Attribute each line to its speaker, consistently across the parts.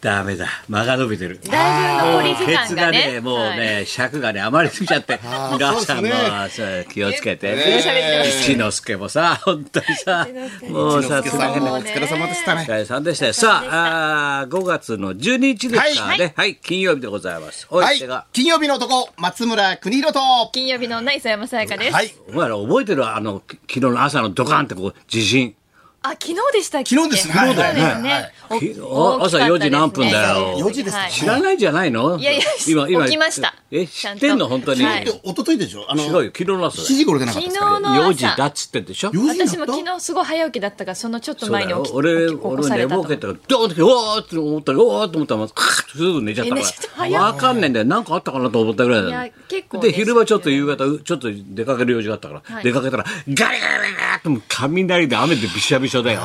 Speaker 1: ダメだ間が伸びてる
Speaker 2: だいぶ残り時
Speaker 1: ケツ
Speaker 2: 間
Speaker 1: が
Speaker 2: が
Speaker 1: ね
Speaker 2: ね。
Speaker 1: もう
Speaker 2: はい。
Speaker 1: ね尺がね余りすぎちゃって
Speaker 3: あー
Speaker 1: 皆さんも
Speaker 3: そう
Speaker 1: そう気をつけて
Speaker 3: ね
Speaker 1: ね一之輔もさ本当にさもう
Speaker 3: 一之
Speaker 1: さ
Speaker 3: 輔
Speaker 1: つ
Speaker 3: さ
Speaker 1: なんげ
Speaker 3: も
Speaker 1: な
Speaker 3: お疲れ様でした
Speaker 1: お
Speaker 3: ね。
Speaker 1: 疲れさんでしたよさああー5月の12日ですからね
Speaker 3: は
Speaker 1: はい、金曜日でございますお
Speaker 3: はいい
Speaker 1: 手が、
Speaker 3: 金曜日の男、松村邦洋と。は
Speaker 2: 金曜日のナイス山さやかです。
Speaker 3: い、
Speaker 1: お前ら覚えてるあのき昨日の朝のドカンってこう地震
Speaker 2: あ、昨日でしたっけ
Speaker 3: 昨日ですね
Speaker 2: 昨日
Speaker 3: はい
Speaker 2: で
Speaker 3: は
Speaker 2: す
Speaker 3: い
Speaker 2: ね。お
Speaker 1: き朝4時何分だよ
Speaker 3: 4時ですか
Speaker 2: はい
Speaker 1: 知らないじゃないの
Speaker 2: いやいや起きました
Speaker 1: え
Speaker 2: ち
Speaker 1: 知
Speaker 2: ゃん
Speaker 1: っ
Speaker 2: と
Speaker 1: てんの本当に、
Speaker 2: はい
Speaker 3: で一昨日でしょあの、
Speaker 1: 違うよ昨日の朝だよ
Speaker 3: 7時頃じゃなかっ
Speaker 2: 昨日
Speaker 3: たですか。
Speaker 2: の
Speaker 1: 4時だ
Speaker 2: 朝
Speaker 1: っ。つってんでしょ
Speaker 3: 4時だ
Speaker 2: 私
Speaker 3: っ
Speaker 2: も
Speaker 3: た
Speaker 2: 昨日すごい早起きだったからそのちょっと
Speaker 1: そう
Speaker 2: 前
Speaker 1: だ
Speaker 2: に
Speaker 1: よ
Speaker 2: 起き
Speaker 1: 俺
Speaker 2: 起き起こ
Speaker 1: 俺
Speaker 2: さ
Speaker 1: 寝
Speaker 2: れた
Speaker 1: ぼ
Speaker 2: と
Speaker 1: けてドーンっておーって思ったらおーって思ったらまたカーッとすぐ寝ちゃった
Speaker 2: え寝ちゃった
Speaker 1: か
Speaker 2: 早
Speaker 1: ら
Speaker 2: い
Speaker 1: わかんねえんだよなんかあったかなと思ったぐらいだよ
Speaker 2: いや結構ね
Speaker 1: で昼はちょっと夕方うちょっと出かける用事があったから、
Speaker 2: はい
Speaker 1: 出かけたらガリガリガリガリってもう雷で雨でびしゃびしゃだよ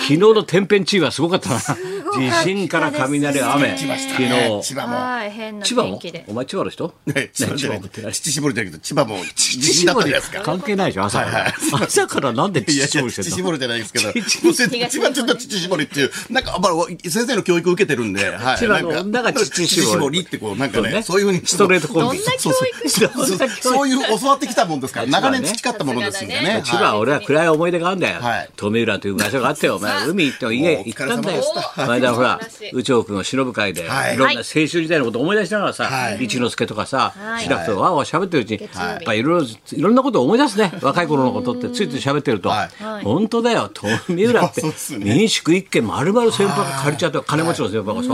Speaker 1: 昨日の天変地異はすごかったな
Speaker 2: ごかったで
Speaker 1: 地
Speaker 2: すね
Speaker 1: 震から雷雨
Speaker 2: 千
Speaker 1: 昨
Speaker 2: 葉
Speaker 1: 日
Speaker 2: した
Speaker 3: 昨日。千葉も。
Speaker 2: はい、変な
Speaker 1: 千葉
Speaker 2: 天
Speaker 1: も
Speaker 2: 気で
Speaker 1: お。前千葉の人
Speaker 3: ね千葉じゃない
Speaker 1: ね千葉も
Speaker 3: 父絞りだけど、千葉も地震だったじゃないですか。
Speaker 1: 関係ないでしょ朝から、朝からなんで
Speaker 3: い
Speaker 1: 父
Speaker 3: やい
Speaker 1: 絞
Speaker 3: や、
Speaker 1: りして
Speaker 3: 父
Speaker 1: んの
Speaker 3: 絞りじゃないですけど、もうせ千葉ちょっと父絞りっていう、なんか、まあ、先生の教育を受けてるんで、 はい
Speaker 1: 千葉の女が乳
Speaker 3: 父
Speaker 1: 絞
Speaker 3: 絞
Speaker 1: り
Speaker 3: りってこう、なんか
Speaker 1: そうね
Speaker 3: ね、そういうふうに。
Speaker 1: ストレートコンビ
Speaker 2: どんな教育
Speaker 3: そうそうそ
Speaker 1: ど
Speaker 3: う
Speaker 1: んな教育
Speaker 3: そういう教わってきたもんですから、長年培ったものですんで
Speaker 2: 千葉
Speaker 3: ね。
Speaker 1: 千葉は俺は暗い思い出があるんだよ、
Speaker 3: はい
Speaker 1: 富浦という場所があってよお 前海行っても家行ったんだよ
Speaker 3: もうお疲れ様で
Speaker 2: した
Speaker 1: この間ほら
Speaker 2: 素晴らしい
Speaker 1: 宇宙君を忍ぶ会で、
Speaker 3: はい
Speaker 1: い、ろんな青春時代のことを思い出しながらさ、
Speaker 3: はい
Speaker 1: 一之輔とかさ、
Speaker 2: はい
Speaker 1: 志らくとかわーわー喋ってるうちに、
Speaker 2: 月曜日
Speaker 1: やっぱいろいろいろんなことを思い出すね若い頃のことってついつい喋ってると、
Speaker 3: はい
Speaker 1: 本当だよ富浦って
Speaker 3: いやそうっすね
Speaker 1: 民宿一軒丸々先輩が借りちゃった金持ちの先輩がさ、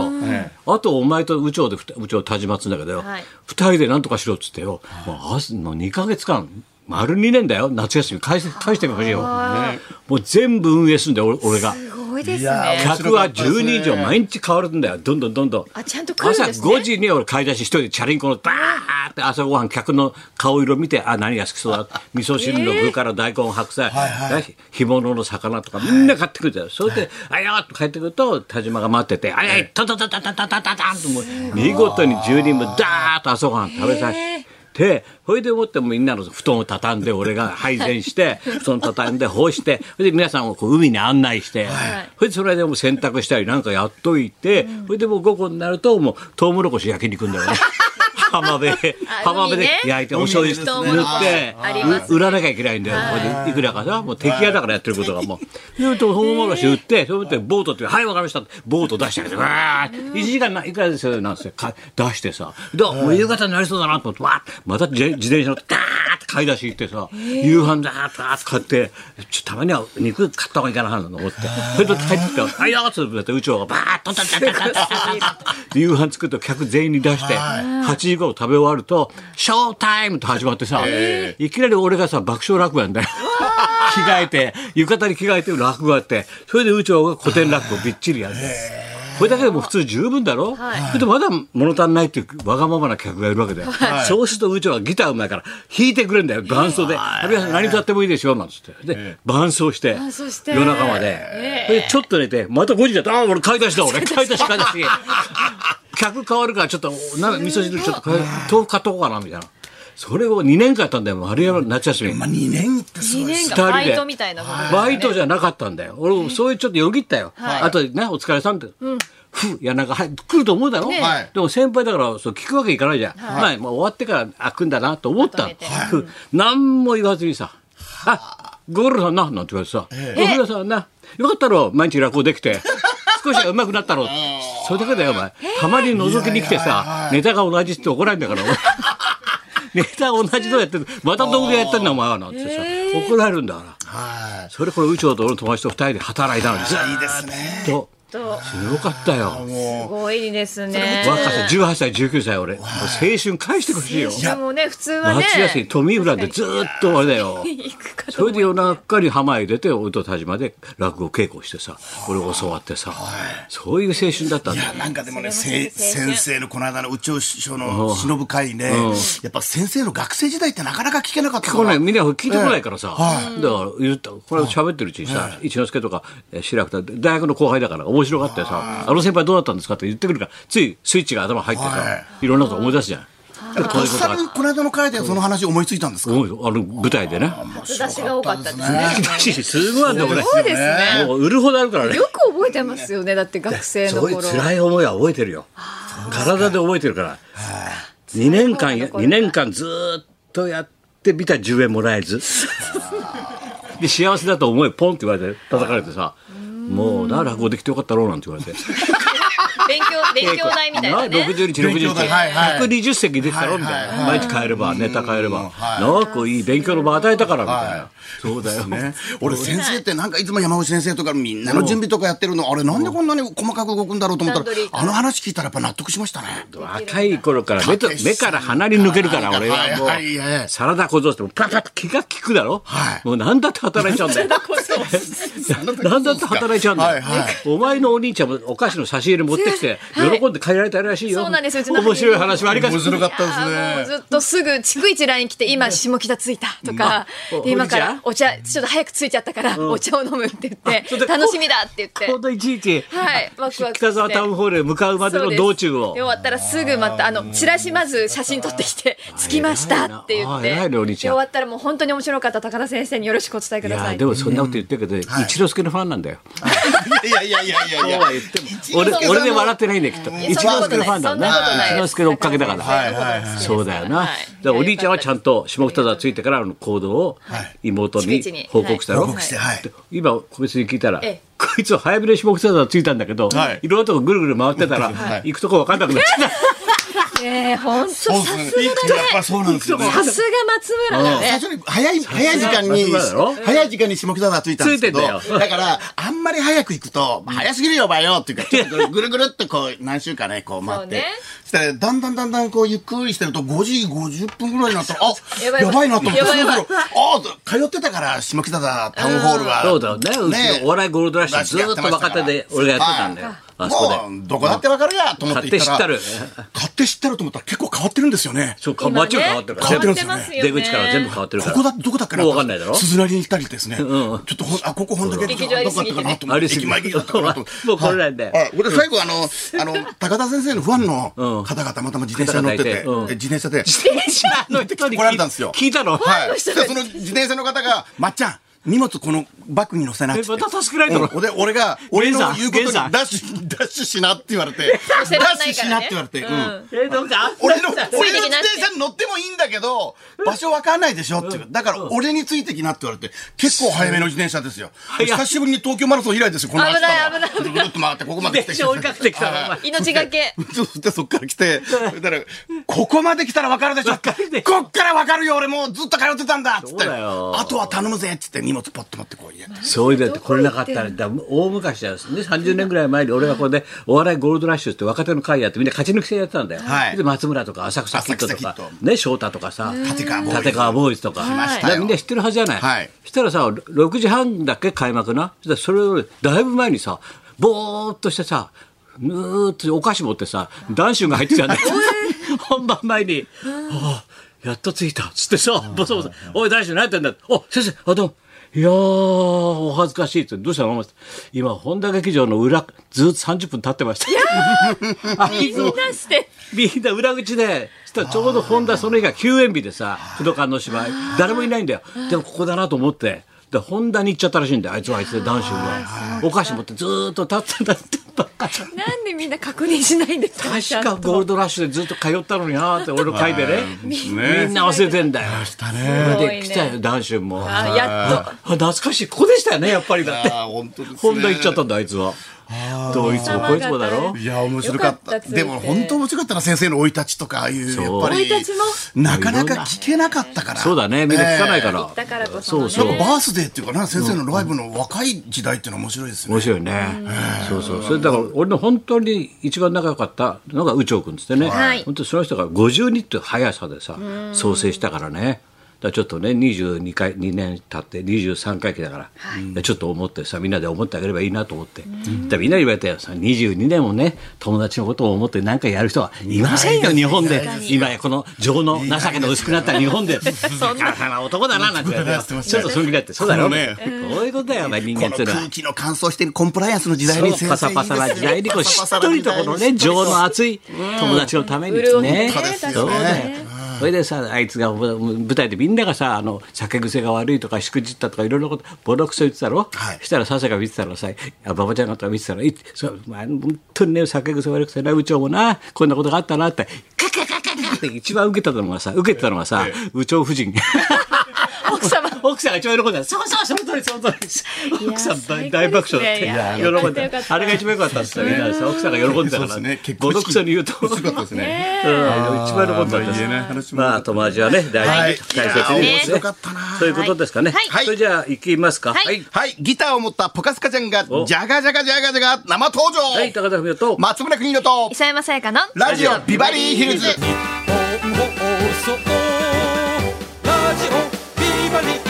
Speaker 1: あとお前と宇宙で宇宙田島っつうんだけどよ、
Speaker 2: はい
Speaker 1: 二人でなんとかしろっつってよ、もうあすの2か月間丸2年だよ夏休み返せ返してほしいよ、ねもう全部運営するんだよ俺俺が
Speaker 2: すごいです
Speaker 3: いや
Speaker 2: ね。
Speaker 3: 面
Speaker 1: 客
Speaker 3: 白か
Speaker 1: は
Speaker 3: ったです
Speaker 1: 10
Speaker 3: ね
Speaker 1: 人以上毎日変わるんだよどんどんどんどん
Speaker 2: あ、ちゃんと来る
Speaker 1: 朝
Speaker 2: んですね。
Speaker 1: 5時に俺買い出し一人でチャリンコのバーって朝ごはん客の顔色見てあ何が好きそうだ味噌汁の具から大根白菜、
Speaker 3: はいはい
Speaker 1: だ干物の魚とかみんな買ってくるんだよそれで「あやー」っと帰ってくると田島が待ってて「あやいたたたたたたたたたん」ともう見事に10人分ダーッと朝ごはん食べさせて。でそれでもってみんなの布団を畳んで俺が配膳して布団畳んで干してそれで皆さんをこう海に案内して、それでそれでもう洗濯したりなんかやっといて、それでもう午後になるともうトウモロコシ焼きに行くんだよね 浜辺浜辺で焼いてお醤油塗
Speaker 2: トウモロコシありま
Speaker 1: っ
Speaker 2: す
Speaker 1: てう売らなきゃいけないんだよ、これでいくらかさもう敵屋だからやってることがもうでトウモロコシ売ってそれでボートって「はいわかりました」ボート出してあげてわー1時間ないくらですよなんですよか出してさでもう夕方になりそうだなと思ってわーまた自自転車乗ってガーッて買い出し行ってさ夕飯だーっとーっと買ってちょたまには肉買った方がいいかなと思ってそれで帰ってきたら「はいよ」っつって宇宙がバーッとたたたたたた夕飯作って客全員に出して8時頃食べ終わると「ショータイム!」と始まってさいきなり俺がさ爆笑落語やんだよ。着替えて浴衣に着替えて落語やってそれで宇宙が古典落語びっちりやるんだよこれだけでも普通十分だろ、
Speaker 2: はい
Speaker 1: それでまだ物足んないっていうわがままな客がいるわけだよ、そうすると宇宙はギターうまいから弾いてくれんだよ伴奏で「あれ何歌ってもいいでしょ」なんつってで伴奏して
Speaker 2: 伴奏して
Speaker 1: 夜中まで、
Speaker 2: ええ
Speaker 1: でちょっと寝てまた5時だったああ俺買い出しだ俺買い出し買い出し客変わるからちょっとな味噌汁ちょっと買い豆腐買っとこうかなみたいなそれを2年間やったんだよ丸山の夏休み、
Speaker 3: まあ、2年ってす
Speaker 2: 2
Speaker 3: ごい。
Speaker 2: 年
Speaker 1: 二
Speaker 2: が
Speaker 1: 人で
Speaker 2: バイトみたいなことですね
Speaker 1: バイトじゃなかったんだよ。俺もそういうちょっとよぎったよ。
Speaker 2: はい
Speaker 1: あとね、お疲れさんって。ふういや、なんか、はい、来ると思うだろ、
Speaker 2: ね
Speaker 3: はい
Speaker 1: でも先輩だから、そう聞くわけいかないじゃん。まあ、まあ、終わってから、あ、来んだなと思ったの
Speaker 2: まとめて
Speaker 1: ふう何も言わずにさ、あ、ゴルフさんな、なんて言われてさ、ゴルフさんな、よかったろ、毎日落語できて。少しは上手くなった ろ。それだけだよ、お前。たまに覗きに来て
Speaker 3: いやいやい
Speaker 1: さ
Speaker 3: や、
Speaker 1: ネタが同じって怒られるんだ から、ネタ同じのやってる、また道具やったんだ、お前は、なんてさ、怒られるんだから。
Speaker 3: はい。
Speaker 1: それこれ宇宙と俺の友達と二人で働いたのにず
Speaker 3: いい
Speaker 1: ー
Speaker 3: ですね。
Speaker 1: っと
Speaker 2: とす
Speaker 1: すごかったよ
Speaker 2: ごいですね。
Speaker 1: 若さ18歳19歳俺もう青春返してほしいよ
Speaker 2: でもね、普通はね。
Speaker 1: 夏休み富浦でずーっとあれだよ
Speaker 2: 行くかと
Speaker 1: そ
Speaker 2: 思
Speaker 1: れ
Speaker 2: い
Speaker 1: で夜中に浜へ出て俺と田島で落語稽古してさ俺を教わってさそういう青春だったん
Speaker 3: い
Speaker 1: だ
Speaker 3: や
Speaker 1: よ
Speaker 3: なんかでもね
Speaker 2: それ
Speaker 3: せ
Speaker 2: も先生
Speaker 3: 先生のこの間の宇宙師匠の忍ぶ会ねやっぱ先生の学生時代ってなかなか聞けなかったか
Speaker 1: こ
Speaker 3: ら
Speaker 1: れみんな聞いてこないからさ、だから言ったこれ喋ってるうちにさ、一之輔とかえー志らくとか大学の後輩だから面白がってさ「あの先輩どうだったんですか?」って言ってくるからついスイッチが頭入ってさ、、
Speaker 3: はい
Speaker 1: ろんなこと思い出すじゃん。
Speaker 3: とっさにこの間の会でその話思いついたんですか
Speaker 1: おいあの舞台でね。
Speaker 2: 初出しが多かったですね。
Speaker 1: すごいあんだこれ。
Speaker 2: そうですね。
Speaker 1: もう売るほどあるからね
Speaker 2: よ。く覚えてますよね。だって学生
Speaker 1: す
Speaker 2: の
Speaker 1: ごい
Speaker 2: 頃。
Speaker 1: 辛い思いは覚えてるよ。体で覚えてるから。2年間、
Speaker 2: 辛い思
Speaker 1: 2
Speaker 2: い残る
Speaker 1: 年間ずーっとやってみた10円もらえず。で、幸せだと思い、ポンって言われて、叩かれてさ、もう、な、落語できてよかったろうなんて言われて。
Speaker 2: 勉強勉強代みたいなね。
Speaker 1: 60日、60
Speaker 3: 勉
Speaker 1: 日
Speaker 3: 強代はいはい
Speaker 1: 120席出てたろみたいな。毎日帰れば、ネタ変えれば、長くいい勉強の場与えたからみたいな。そうだよね。
Speaker 3: 俺先生ってなんかいつも山口先生とかみんなの準備とかやってるのあれなんでこんなに細かく動くんだろうと思った
Speaker 2: 段
Speaker 3: ら
Speaker 2: 取り
Speaker 3: あの話聞いたらやっぱ納得しましたね
Speaker 1: 若い頃から目と
Speaker 3: たけしさん
Speaker 1: 目から鼻に抜けるから
Speaker 3: はい
Speaker 1: 俺はも
Speaker 3: はいはいは
Speaker 1: う
Speaker 3: い
Speaker 1: サラダ小僧ってもうパッパッ気が利くだろ、
Speaker 3: はい
Speaker 1: もう何だって働いちゃうんだよ 何だって働いちゃうんだよ、
Speaker 3: はいはい
Speaker 1: お前のお兄ちゃんもお菓子の差し入れ持ってきて
Speaker 2: はい
Speaker 1: 喜んで帰られたらしいよ、
Speaker 2: そうなんですうちの
Speaker 1: 面白い話もありがとう
Speaker 3: かった
Speaker 2: あもうずっとすぐ逐一 LINE 来て今下北着いたと
Speaker 1: ま
Speaker 2: か
Speaker 1: あお
Speaker 2: で今からお茶ちょっと早く着いちゃったからお茶を飲むって言っ
Speaker 1: あそれで
Speaker 2: て楽しみだって言って
Speaker 1: ほんといちいち、
Speaker 2: はいワクワクして
Speaker 1: 北沢タウンホールへ向かうまで
Speaker 2: そう
Speaker 1: の
Speaker 2: です
Speaker 1: 道中を
Speaker 2: で終わったらすぐまたあのチラシまず写真撮ってきて着きましたって言っ
Speaker 1: 偉いなあ偉
Speaker 2: て
Speaker 1: いねお
Speaker 2: で
Speaker 1: 兄ち
Speaker 2: 終
Speaker 1: ゃん
Speaker 2: わったらもう本当に面白かった高田先生によろしくお伝えく
Speaker 1: い
Speaker 2: ださ
Speaker 1: や
Speaker 2: い
Speaker 1: でもそんなこと言ってるけど、
Speaker 3: はい
Speaker 1: 一之輔のファンなんだよ。
Speaker 3: いやいやいやいやい
Speaker 1: そ
Speaker 3: や
Speaker 1: うは言っても俺
Speaker 3: 一之輔さんの
Speaker 1: 俺で笑ってないんだよきっと。一之輔のファンだもんね。
Speaker 2: そんなことない
Speaker 1: 一之輔の追っかけだから。
Speaker 2: はいはいはい
Speaker 1: そうだよな。
Speaker 2: はい
Speaker 1: だからお兄ちゃんはちゃんと下北沢ついてからの行動を
Speaker 3: はい
Speaker 1: 妹に
Speaker 2: 逐一に
Speaker 1: 報告したろ。
Speaker 2: はい報告
Speaker 3: してはい
Speaker 1: で今個別に聞いたら
Speaker 2: ええ、
Speaker 1: こいつは早めに下北沢ついたんだけど
Speaker 3: はい、
Speaker 1: いろんなとこぐるぐる回ってたら、行くとこ分かんなくなっちゃった。
Speaker 2: えー本当さ
Speaker 3: そう
Speaker 2: す
Speaker 3: です
Speaker 2: が
Speaker 3: ねやっぱそうなんですよね
Speaker 2: さすが松村だ
Speaker 3: 最
Speaker 2: ね
Speaker 3: 初に早い早い時間
Speaker 1: 松
Speaker 3: に
Speaker 1: 村だろ
Speaker 3: 早い時間に下北沢着いたんですけど
Speaker 1: 着いてんだよ
Speaker 3: だからあんまり早く行くと早すぎるよお前よっていうかちょっとぐる ぐるっとこう何週かねこう待っ
Speaker 2: そう
Speaker 3: て
Speaker 2: ね
Speaker 3: そしたらだんだんだんだんこうゆっくりしてると5時50分ぐらいに なったらあ
Speaker 2: や
Speaker 3: や
Speaker 2: ば
Speaker 3: ば
Speaker 2: いやばい
Speaker 3: いなと思って
Speaker 2: やばいやばい
Speaker 3: そろそろあ通ってたから下北沢タウンホールは
Speaker 1: そうだよね。うちのお笑いゴールドラッシュずーっと若手で俺がやってたんだよ。あそこで。
Speaker 3: もうどこだってわかるやと思って行ったら
Speaker 1: 勝手知った
Speaker 3: る勝手知ってると思ったら結構変わってるんですよね
Speaker 1: そうか、街が変わってるから
Speaker 3: 変わってるんです
Speaker 2: 変
Speaker 3: よね
Speaker 2: わってますよね
Speaker 1: 出口から全部変わってるか
Speaker 3: こ
Speaker 1: ら。
Speaker 3: こだどこだっけ
Speaker 1: もう分かんないだろ。
Speaker 3: 鈴なりに行ったりですね。ちょっとほんあここ本だけ
Speaker 2: そう
Speaker 3: ど
Speaker 2: だ
Speaker 3: こだったかなと思
Speaker 1: あ
Speaker 3: って。
Speaker 1: りす
Speaker 3: 駅
Speaker 1: ぎ
Speaker 3: 前駅だったかなと思って。
Speaker 1: もうこれなんで
Speaker 3: はい俺最後あのあの高田先生のファン
Speaker 1: うん
Speaker 3: の方がたまたま自転車に乗ってて
Speaker 1: うん
Speaker 3: で自転車で。
Speaker 1: 自転車の人に
Speaker 3: 来られたんですよ
Speaker 1: 聞いたの、
Speaker 3: はい。でその自転車の方がまっちゃん荷物このバッグに乗せなっつって。
Speaker 1: えまた助けられたの
Speaker 3: うんで俺が俺の
Speaker 1: 源さん
Speaker 3: 言うことに
Speaker 1: 源さ
Speaker 3: ダ
Speaker 1: ん
Speaker 3: ッシュダッシュしなって言われて。ダッ
Speaker 2: せ
Speaker 3: シ
Speaker 2: られな
Speaker 3: ュ
Speaker 2: いか
Speaker 3: し
Speaker 2: ら
Speaker 3: なっ
Speaker 2: ね
Speaker 3: て言われて。うん
Speaker 2: うん
Speaker 1: えなんかあった
Speaker 3: 俺の、俺の
Speaker 2: ついて
Speaker 3: 自
Speaker 2: きなって
Speaker 3: 転車に乗ってもいいんだけど、場所わかんないでしょっていう。だから、俺についてきなって言われて、結構早めの自転車ですよ。
Speaker 1: い
Speaker 3: 久しぶりに東京マラソン以来ですよ、この
Speaker 2: 危ない危ない
Speaker 3: ぐるぐるっと回って、ここまで
Speaker 1: 自
Speaker 3: 来
Speaker 1: 転
Speaker 3: て。
Speaker 1: 車追いかけてきたのお前
Speaker 2: 命がけ
Speaker 3: そうそしてそっから来て、そしたら、ここまで来たらわかるでしょ
Speaker 1: わかるでし
Speaker 3: こっからわかるよ、俺もうずっと通ってたんだっつって。
Speaker 1: そうだよ
Speaker 3: あとは頼むぜっつって荷物ポッと持ってこう家に。
Speaker 1: そういうのだってこれなかったらだ大昔だよね30年ぐらい前に俺がここでお笑いゴールドラッシュって若手の会やってみんな勝ち抜き戦やってたんだよ、
Speaker 3: はい
Speaker 1: で松村とか浅草キッドと
Speaker 3: 浅
Speaker 1: か
Speaker 3: 草キッ
Speaker 1: ね翔太とかさ
Speaker 3: 立川ボーイズ
Speaker 1: 立川ボーイズとか
Speaker 3: ましたよ
Speaker 1: だからみんな知ってるはずじゃない、
Speaker 3: はい
Speaker 1: そしたらさ6時半だっけ開幕なそしたらそれよりだいぶ前にさぼーっとしてさぬーっとお菓子持ってさダンシュが入ってきたんだよ 本番前に「ああやっと着いた」つってさボソボソ「おいダンシュ何やってんだ」お先生あどうもいやーお恥ずかしい」って「どうしたの?ママ」今本田劇場の裏ずーっと30分経ってました」 あい
Speaker 2: み
Speaker 1: つ
Speaker 2: ん
Speaker 1: も
Speaker 2: なして
Speaker 1: みんな裏口で、そしたらちょうど本田その日が休園日でさ、不動館の芝居、誰もいないんだよ。でもここだなと思って、で、本田に行っちゃったらしいんだよ。あいつはあいつで男子が。お菓子持ってずーっと立ってたってばっかり。
Speaker 2: なんでみんな確認しないんですかちゃ
Speaker 1: 確
Speaker 2: ん
Speaker 1: か
Speaker 2: と
Speaker 1: ゴールドラッシュでずっと通ったのになーって俺の会でね。みんな忘れてんだよ。
Speaker 3: だ
Speaker 2: す
Speaker 3: ね。
Speaker 2: ごい
Speaker 1: で、
Speaker 2: ね
Speaker 1: 来たよ、男子も。あ、
Speaker 2: あやっと
Speaker 1: 懐かしい。ここでしたよね、やっぱりだって。
Speaker 3: あー本当ですね
Speaker 1: 本田行っちゃったんだ、あいつは。どいつもこいつもだろ。
Speaker 3: いや、面白かっ
Speaker 2: よか
Speaker 3: た。
Speaker 2: った
Speaker 3: でも、本当面白かったな、先生の生い立ちとか、ああいう、やっぱ
Speaker 2: 生い
Speaker 3: り
Speaker 2: 立ちも。
Speaker 3: なかなか聞けなかったから。
Speaker 1: そうだね、みんな聞かないか
Speaker 3: ええ
Speaker 1: ら。
Speaker 2: だからこそ
Speaker 1: そ
Speaker 2: の
Speaker 1: う
Speaker 2: ね
Speaker 1: そう。
Speaker 3: バースデーっていうかな、先生のライブの若い時代っていうのは面白いですね
Speaker 1: 面。白いね。そうそう。それだから、俺の本当に一番仲良かったのが宇宙君っつってね。
Speaker 2: はい
Speaker 1: 本当にその人が52っていう速さでさ、創生したからね。からちょっとね22回2年経って23回忌だから、ちょっと思ってさみんなで思ってあげればいいなと思って、でみんなに言われたよさ22年もね友達のことを思って何かやる人はいませんよ日本で今やこの情の情けの薄くなった日本で
Speaker 2: そんな
Speaker 1: バカな男だななんて言われ
Speaker 3: そんなやつって
Speaker 1: て
Speaker 3: まし
Speaker 1: ちょ
Speaker 3: た
Speaker 1: っ
Speaker 3: よ
Speaker 1: とそういう意味だってそうだろ
Speaker 3: あ
Speaker 1: う
Speaker 3: のね
Speaker 1: こういうことだよお前人間っ
Speaker 3: この
Speaker 1: ていうのは
Speaker 3: 空。気の乾燥してるコンプライアンスの時代に
Speaker 1: そう
Speaker 3: 先
Speaker 1: パ
Speaker 3: 生
Speaker 1: サパサな時代にこうしっとりとこのね
Speaker 3: パサ
Speaker 1: 情
Speaker 3: パサ
Speaker 1: の熱い友達のために
Speaker 2: 潤い
Speaker 1: ね
Speaker 2: ね
Speaker 1: そうだよそれでさあいつが舞台でみんながさあの酒癖が悪いとかしくじったとかいろんなことボロクソ言ってたろ、
Speaker 3: はい
Speaker 1: したら笹が見てたらさあ馬場ちゃんが見てたらいそうまあ本当にね酒癖悪くてな部長もなこんなことがあったなってカカカカカって一番受けたのがさ受けてたのがさ、部長夫人
Speaker 2: 奥様
Speaker 1: 奥さんが一番喜んだそうそうその通りその通り
Speaker 2: や
Speaker 1: 奥さん大
Speaker 2: 最高ですね
Speaker 1: 大爆笑だって
Speaker 2: いや
Speaker 1: 喜ん
Speaker 2: よか
Speaker 1: だ
Speaker 2: った
Speaker 1: あれが一番良かったっすよみんなでさ奥さんが喜んでた
Speaker 3: そ
Speaker 1: か
Speaker 3: うで
Speaker 1: ら
Speaker 3: すね結
Speaker 1: ボ
Speaker 3: 婚式
Speaker 1: ロクソに言うと
Speaker 3: すごかったですね
Speaker 1: うん一番のこと
Speaker 3: まあ言えない話も
Speaker 1: まあ友達はね
Speaker 3: は
Speaker 1: 大
Speaker 3: い
Speaker 1: 事大切に
Speaker 3: 面
Speaker 1: ですね
Speaker 3: 白かったな
Speaker 1: そういうことですかね
Speaker 2: はい
Speaker 1: それじゃあ行きますか
Speaker 2: はい
Speaker 1: はい
Speaker 3: はいギターを持ったポカスカちゃんがジ
Speaker 1: お
Speaker 3: ャガジャガジャガジャガ生登
Speaker 1: はい
Speaker 3: 場
Speaker 1: 高田文夫と
Speaker 3: 松村邦洋と
Speaker 2: 磯山さやかの
Speaker 3: ラジオビバリーヒルズ
Speaker 4: 日本放送ラジオビバリー